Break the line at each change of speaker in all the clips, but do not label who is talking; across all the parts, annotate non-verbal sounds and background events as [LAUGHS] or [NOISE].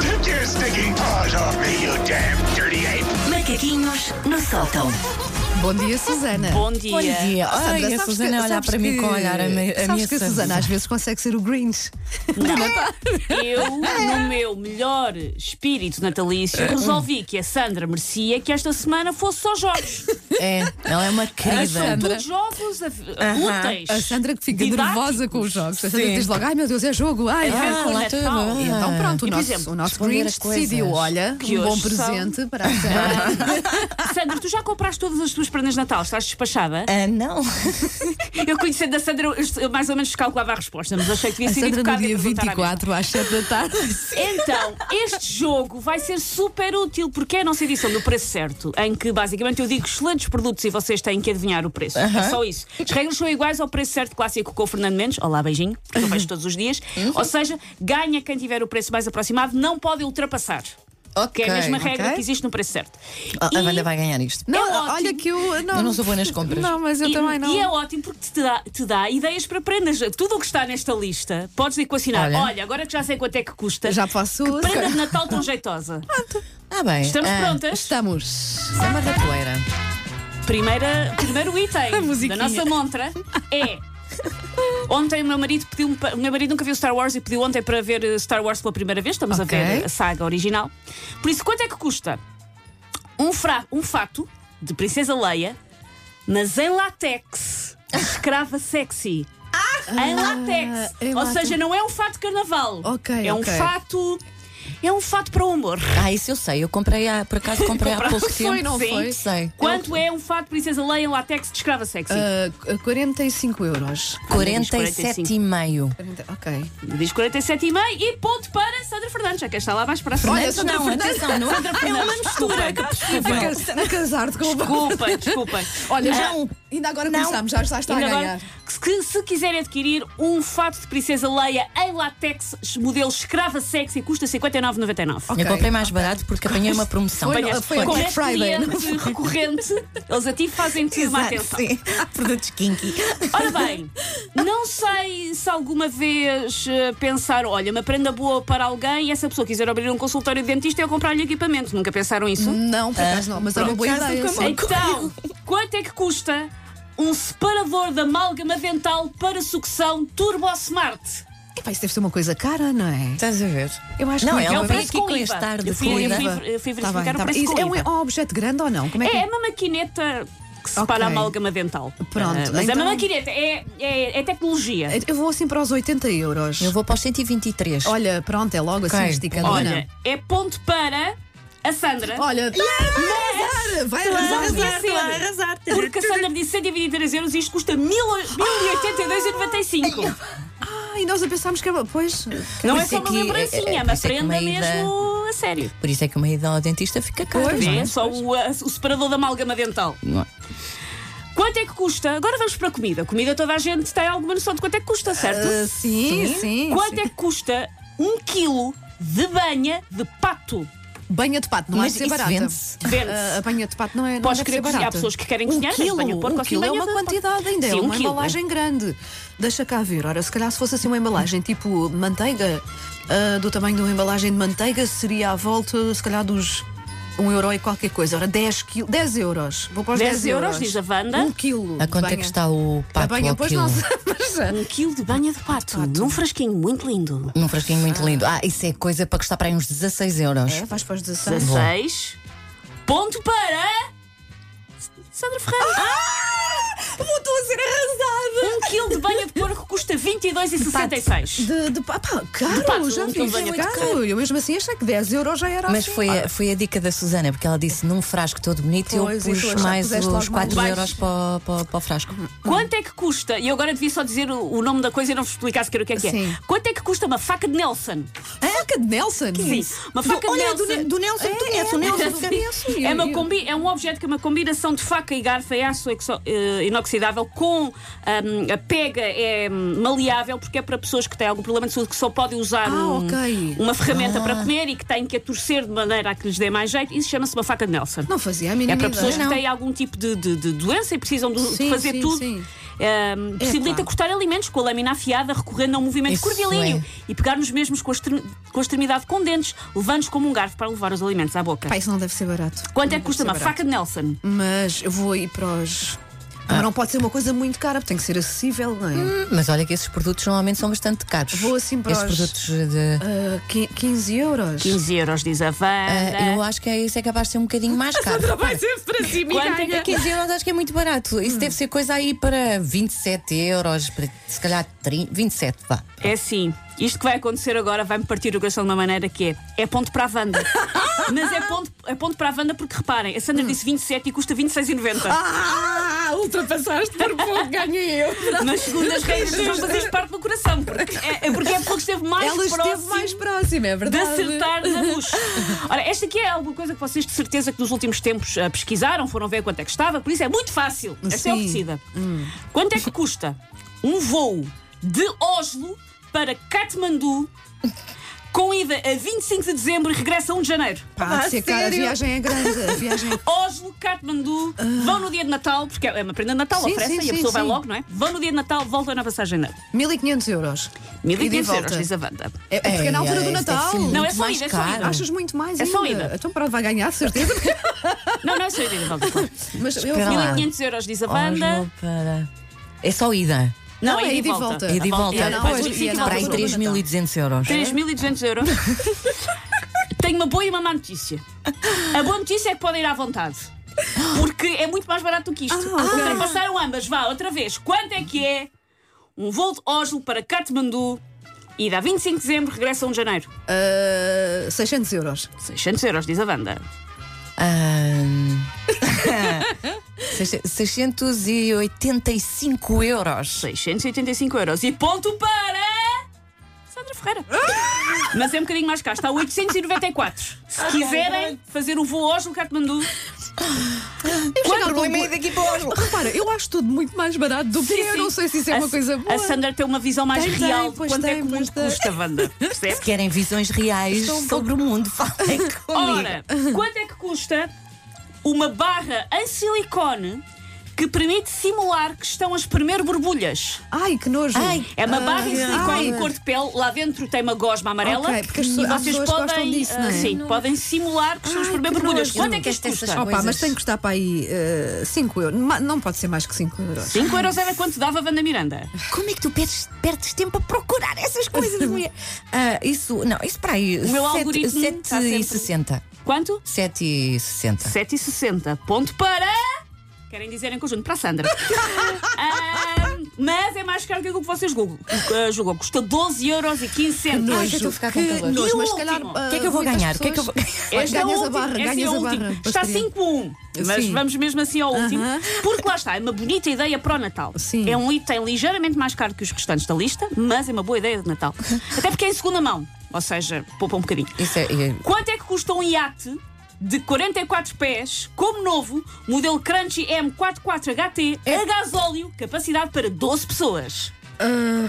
Take your stinking paws off me, you damn dirty ape!
Macaquinhos no sótão.
Bom dia, Suzana.
Bom dia.
Bom dia.
Oh,
Olha,
Sandra,
a
sabes
Susana
que-
a olhar
sabes
para mim
que-
com o olhar ame-
Sabes que a
ameaçador.
Susana às vezes consegue ser o Grinch.
Eu, [LAUGHS] no meu melhor espírito natalício, resolvi que a Sandra merecia que esta semana fosse só
[LAUGHS]
jogos.
É, ela é uma querida.
Sandra.
Todos jogos af-
Aham.
úteis.
A Sandra que fica
didáticos.
nervosa com os jogos. A Sandra
Sim.
diz logo: ai meu Deus, é jogo, ai,
Ah,
é
com
lá
Natal.
tudo.
E então pronto, o
E, por
nosso,
exemplo,
o nosso
responder
Grinch
a coisas
decidiu, olha,
que
um bom
hoje são-
presente para a
[LAUGHS]
Sandra.
[LAUGHS] Sandra, tu já compraste todas as tuas prendas de Natal? Estás despachada?
Ah, não.
Eu conhecendo a Sandra, eu- eu mais ou menos calculava a resposta, mas achei que devia
A
ser
Sandra no
educada e
dia
perguntar à mesma.
24, às 7 da tarde.
Então, este jogo vai ser super útil porque é a nossa edição do preço certo, em que basicamente eu digo excelentes produtos e vocês têm que adivinhar o preço. É só isso. As regras são iguais ao preço certo clássico com o Fernando Mendes. Olá, beijinho, porque eu vejo todos os dias.
Uhum.
Ou seja, ganha quem tiver o preço mais aproximado, não pode ultrapassar. Que
Ok.
é a mesma
ok.
regra que existe no preço certo.
Oh, a
E-
Wanda vai ganhar isto.
Não,
ótimo.
olha que eu não,
Eu não sou boa nas compras.
Não, mas eu
e,
também não.
e é ótimo porque te dá, te dá ideias para prendas. Tudo o que está nesta lista podes equacionar.
Olha.
Olha, agora que já sei quanto é que custa.
Já posso-
Que prenda de Natal tão jeitosa.
Ah, bem.
Estamos
ah,
prontas?
Estamos. é
Samba da poeira.
Primeira, primeiro
A
item da
musiquinha.
nossa montra é. Ontem o meu marido pediu o meu marido nunca viu Star Wars e pediu ontem para ver eh, Star Wars pela primeira vez. Estamos
Ok.
a ver a saga original. Por isso, quanto é que custa um, fra, um fato de Princesa Leia, mas em látex,
[LAUGHS]
de escrava sexy? em látex.
Ah! em
Ou
látex.
seja, não é um fato de carnaval.
Ok,
é um
ok.
fato. É um fato para o amor.
Ah, isso eu sei. Eu comprei há, por acaso,
[LAUGHS]
comprei há pouco tempo.
Foi, não
Sim.
foi?
Sei.
Quanto é um fato de Princesa Leia em látex de escrava sexy?
Ah, 45 euros.
47,5.
Ok.
Diz 47 e meio e ponto para Sandra Fernandes, já que está lá mais para a frente.
Olha, Sandra
não,
Fernandes.
atenção, não.
Sandra
É uma
Fernandes,
mistura. Que
A
perspectiva.
ca- A casar-te com o [LAUGHS]
Desculpem, desculpem.
Olha, já, um-
Não.
ainda agora
Não.
começámos, já está a
Ah, Ainda
ganhar.
agora, que se quiserem adquirir um fato de Princesa Leia em látex, modelo escrava sexy, custa 59,99.
Ok.
Eu comprei mais barato porque apanhei uma promoção.
Foi,
Apanhaste-
foi a
Como
Black
é
Friday,
cliente recorrente, eles a ti fazem te uma
Exato,
atenção.
sim.
Ah,
Produtos kinky.
Ora bem, não sei se alguma vez eh, pensaram, olha, uma prenda boa para alguém e essa pessoa quiser abrir um consultório de dentista, eu comprar-lhe equipamento. Nunca pensaram isso?
Não, por acaso não, mas é uma boa
Casa
ideia.
com
sim.
a mão.
Então, quanto é que custa um separador de amálgama dental para sucção Turbo Smart?
Epá, isso deve ser uma coisa cara, não é?
Estás a ver?
Eu acho
Não,
que
ela
é o
vem
preço
aqui
com
com
IVA.
este ar de
Eu fui- eu
comida.
fui- eu fui
Tá
verificar
bem,
o
tá bem.
preço
Isso
com
é um,
IVA.
é um objeto grande ou não? Como é que
É uma maquineta que separa
Ok.
a amálgama dental.
Pronto,
Ah, mas é
então-
uma maquineta, é, é, é tecnologia.
Eu vou assim para os 80 euros.
Eu vou para os 123.
Olha, pronto, é logo assim
Ok.
esticadona.
Olha, é ponto para a Sandra.
Olha, tá- vai arrasar, vai
Não
arrasar.
devia ser, Porque a Sandra disse 123 euros e isto custa 1082,95.
Ai, nós a pensámos que era. Pois.
Não
Por
é
isso
só
é
uma
que-
eh,
é- é-
lembrancinha,
por
uma
isso é que
prenda
uma ida-
mesmo a sério.
Por isso é que uma ida ao dentista fica cara.
Vê?
não é?
Só o, uh, o separador da amálgama dental.
Não é?
Quanto é que custa? Agora vamos para a comida. Comida toda a gente tem alguma noção de quanto é que custa, certo?
Ah, sim, sim.
quanto
sim.
é que custa um quilo de banha de pato?
Banha de pato, não
Mas
é de ser
isso
barata.
vende-se.
Vende-se.
Ah, a banha de pato não é.
Podes
não deve
crer
ser
que sim,
barata.
há pessoas que querem
um
cozinhar, mas
quilo,
banha de porco
um
ou sim,
quilo é
banha
uma
de-
quantidade ainda, é
Sim, um
uma
quilo.
embalagem grande. Deixa cá ver, ora, se calhar se fosse assim uma embalagem tipo manteiga, ah, do tamanho de uma embalagem de manteiga, seria à volta, se calhar, dos 1 euro e qualquer coisa. Ora, 10, quil... 10 euros. Vou para os 10,
10 euros, diz a Wanda.
1 quilo.
A quanto é que está o
a
pato
banha?
ao
Pois
quilo?
não sei, mas, ah,
Um quilo de banha de pato, num frasquinho muito lindo.
Num frasquinho muito lindo. Ah, isso é coisa para custar para aí uns 16 euros.
É, vais para os 16.
16. Ponto para. Sandra Ferreira.
Ah! Estou a ser arrasada!
Um quilo de banha de porco custa 22,66.
De, de, pá, pá, caro,
pato,
já
um
vi,
quilo de
é
banha
muito
de
caro. Eu mesmo assim achei que 10 euros já era
Mas
assim.
foi, a- foi a dica da Susana, porque ela disse num frasco todo bonito e eu
Pois, e tu
pus
achaste-
mais
puseste
os
logo
4
mais.
euros para, o- para o- para o frasco.
Quanto é que custa? E eu agora devia só dizer o, o nome da coisa e não vos explicar sequer o que é que
Sim.
é. Quanto é que custa uma faca de Nelson?
Faca de Nelson?
Sim, uma faca de Nelson.
Nelson,
tu é, conheces
[LAUGHS]
o Nelson? Eu conheço, eu-
É, uma
eu-
combi- é um objeto que é uma combinação de faca e garfo é aço exo- eh, oxidável com hum, a pega é hum, maleável porque é para pessoas que têm algum problema de saúde que só podem usar
Ah,
um-
ok. Ah.
uma ferramenta para comer e que têm que a torcer de maneira a que lhes dê mais jeito. Isso chama-se uma faca de Nelson.
Não fazia a mínima
É para
ideia,
pessoas que
não.
têm algum tipo de, de- de doença e precisam de, de
Sim,
fazer
sim,
tudo.
sim.
Ahm, possibilita
Epá.
cortar alimentos com a lâmina afiada, recorrendo a um movimento
Isso
curvilíneo
é.
e pegar nos mesmos com a, extrem- com a extremidade com dentes, levando-os como um garfo para levar os alimentos à boca.
Pá, isso não deve ser barato.
Quanto
Não
é
deve
que custa
ser
uma
barato.
faca de Nelson?
Mas eu vou ir para os. Mas não pode ser uma coisa muito cara, porque tem que ser acessível, não é?
Mas olha que esses produtos normalmente são bastante caros.
Vou assim para
Esses
os-
produtos de.
Ah, qui- 15 euros?
15 euros, diz a Wanda.
Ah, eu acho que isso é capaz de ser um bocadinho mais caro.
Quanto é que
15 euros acho que é muito barato. Isso deve ser coisa aí para 27 euros, para, se calhar 30, 27, vá.
É assim, isto que vai acontecer agora vai-me partir o coração de uma maneira que é. É ponto para a
[LAUGHS]
Wanda. Mas é ponto, é ponto para a Wanda porque reparem, a
Hum.
Sandra disse 27 e custa 26,90.
Ah, ultrapassaste por pouco, ganhei eu.
Mas segundo as regras, não
[LAUGHS]
fazer parte do coração. Porque é, é porque é porque esteve mais
Ela
próximo
esteve mais próxima, é
de
verdade.
acertar na luz. Ora, esta aqui é alguma coisa que vocês de certeza que nos últimos tempos ah, pesquisaram, foram ver quanto é que estava, por isso é muito fácil. Esta é
Sim. Hum.
oferecida. Quanto é que custa um voo de Oslo para Katmandu com ida a 25 de dezembro e regressa a 1 de janeiro?
Ah,
Pá, se é cara, a
sério?
viagem é grande. A viagem é
Oslo, Katmandu, vão no dia de Natal, porque é uma prenda de Natal,
Ah. Sim,
oferecem
sim,
e a
sim,
pessoa vai
sim.
logo, não é? Vão no dia de Natal, voltam na passagem de ano.
é 1500 euros. E de
1500 euros,
volta.
diz a banda.
É, é porque é na altura
Ei,
do
isso deve
Natal.
ser
Não, é
muito
só
mais
ida, é só
caro.
ida.
Achas muito mais
É só
ainda.
ida.
Então pronto, vai ganhar, de certeza.
[LAUGHS] Não, não é só ida,
Tá
volta. claro.
Mas eu
Espera lá.
1500 euros, diz a banda.
Oslo para- É só ida.
Não, é ida e volta.
É de
A
volta.
É,
não,
depois
pois,
de
e
ida e
não,
para
volta.
aí
pois.
3.200 euros.
3.200
[LAUGHS]
euros. Tenho uma boa e uma má notícia. A boa notícia é que podem ir à vontade. Porque é muito mais barato do que isto.
Ah, ok.
Ultrapassaram ambas. Vá, outra vez. Quanto é que é um voo de Oslo para Katmandu e dá 25 de dezembro, regressa a 1 de janeiro?
Ah, 600 euros.
600 euros, diz a banda.
Ahm, [LAUGHS] 685 euros.
685 euros. E ponto para. Sandra Ferreira.
Ah!
Mas é um bocadinho mais caro, está
[LAUGHS]
a 894. Se quiserem fazer o voo Oslo Katmandu,
Qual
Chega
o
a
problema
algum-
é daqui para Oslo?
Repara, Então, eu acho tudo muito mais barato do que
Sim,
eu.
sim.
Não sei se isso é
A-
uma coisa boa.
A Sandra tem uma visão mais
Tem, tem,
real de
pois
quanto é que
tem,
o mundo
pois tem.
custa, Wanda.
[LAUGHS]
Percebe?
Querem visões reais
Estou um pouco-
sobre o mundo?
[LAUGHS]
Falem comigo.
Ora, quanto é que custa uma barra em silicone que permite simular que estão a espremer borbulhas?
Ai, que nojo.
Ai,
É uma barra em
Ai,
silicone
ai.
cor de pele, lá dentro tem uma gosma amarela
Ok, porque as
e
pessoas- há
vocês
pessoas que
podem,
gostam disso,
ah,
não é?
sim,
Não-
podem simular que estão
Ai,
a espremer
que
borbulhas.
nojo.
Eu
Quanto é que
nunca
isto
testei
custa?
essas
Opa, mas
coisas.
tem que custar para aí 5 euros. Ma- Não pode ser mais que 5 euros.
5 euros era quanto dava a Wanda Miranda.
Como é que tu perdes, perdes tempo a procurar essas coisas,
[LAUGHS]
mulher? Ah, isso, não, isso para aí.
meu algoritmo
tá
está sempre-
7,60.
Quanto?
7,60.
7,60. Ponto para. Querem dizer em conjunto, para
[LAUGHS]
a Sandra. Ahm, mas é mais caro que aquilo que vocês julgam. Ah, julgam. Custa 12 euros e 15
Ai, que eu
centos.
estou a ficar com calor.
nojo.
nojo,
E o
mas se calhar,
último?
ah,
O que é que eu vou
muitas
ganhar? O que é que eu vou
pessoas-
ganhar?
Este é o
ganhas a
último,
barra,
este
ganhas
é o
a barra,
último. Está
parceria.
5 a 1, mas
Sim.
vamos mesmo assim ao último,
Aham.
porque lá está, é uma bonita ideia para o Natal.
Sim.
É um item ligeiramente mais caro que os restantes da lista, mas é uma boa ideia de Natal. Até porque é em segunda mão, ou seja, poupa um bocadinho.
Isso é, é-
Quanto é que custa um iate de 44 pés, como novo, modelo Crunchy M44HT,
É.
a gasóleo, capacidade para 12 pessoas?
Ah,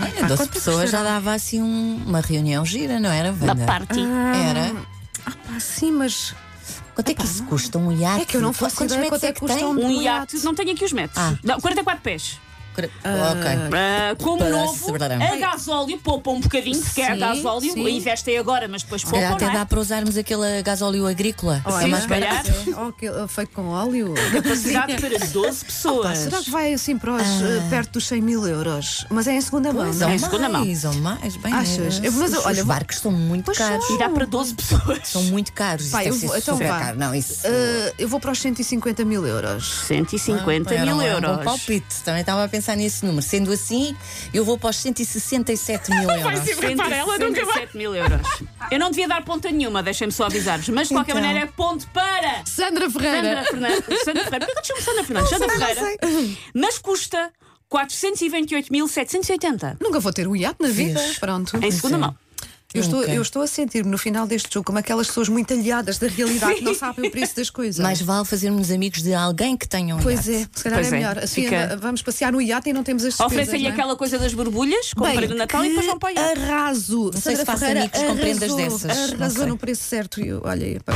olha, 12 pessoas já dava assim um- uma reunião gira, não era,
Da
Wanda?
party.
Era.
Ah, sim, [LAUGHS] mas.
Quanto é que isso custa um iate?
É que eu não faço
Quantos
ideia
metros
quanto é que custa
tem?
um-
Um
Um
iate,
iate.
não tenho aqui os metros.
Ah.
Não, 44 pés.
Oh, Ok.
Ah, como
Parece
novo,
verdade.
a gasóleo poupa um bocadinho, se quer
Sim,
gasóleo,
sim.
investem agora, mas depois
Se calhar
poupam,
até
não
dá
é?
para usarmos aquele gasóleo agrícola.
Olha,
é
Sim,
mais
se calhar,
barato.
Ou Oh, que- ou feito com óleo.
capacidade para 12 pessoas.
Será que vai assim para os, eh, perto dos 100 mil euros? Mas é em segunda mão,
Pois,
não
ou
é?
em segunda mão.
mais, ou mais, bem
Achas?
é.
Eu- mas,
os, os
olha, vou-
barcos são muito caros.
E dá para 12 pessoas.
São muito caros.
Pá,
isso
eu
deve
vou-
ser
então
super
vá.
caro. Não, isso.
Eh, eu vou para os 150 mil euros.
150
Era um-
mil
era Um bom
euros.
palpite, também estava a pensar nesse número. Sendo assim, eu vou para os 167 mil euros.
Para ela, nunca vai.
167 mil euros. Eu não devia dar ponta nenhuma, deixem-me só avisar-vos. Mas de qualquer
Então.
maneira é ponto para
Sandra
Sandra Fernandes. Sandra Ferreira. Por que eu te chamo Sandra Fernandes? Sandra Ferreira. Mas custa 428.780
Nunca vou ter um iate na vida.
Vês?
Pronto. é.
em segunda
Sim.
mão.
Eu estou,
Nunca.
eu estou a sentir-me no final deste jogo como aquelas pessoas muito aliadas da realidade que não sabem o preço
[LAUGHS]
das coisas.
Mais vale fazermos amigos de alguém que tenha um
pois
iate.
é, se calhar
Pois
é
é,
melhor. Assim,
fica-
vamos passear no iate e não temos as despesas.
Oferecem-lhe
não é?
aquela coisa das borbulhas, como para o Natal, e depois vão para o iate.
Arraso. Não
sei se faço amigos com prendas dessas, não
Arrasou
sei.
no preço certo. E eu, olha aí, pá.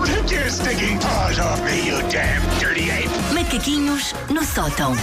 Take your stinking paws off me, you damn dirty ape!
Macaquinhos no sótão.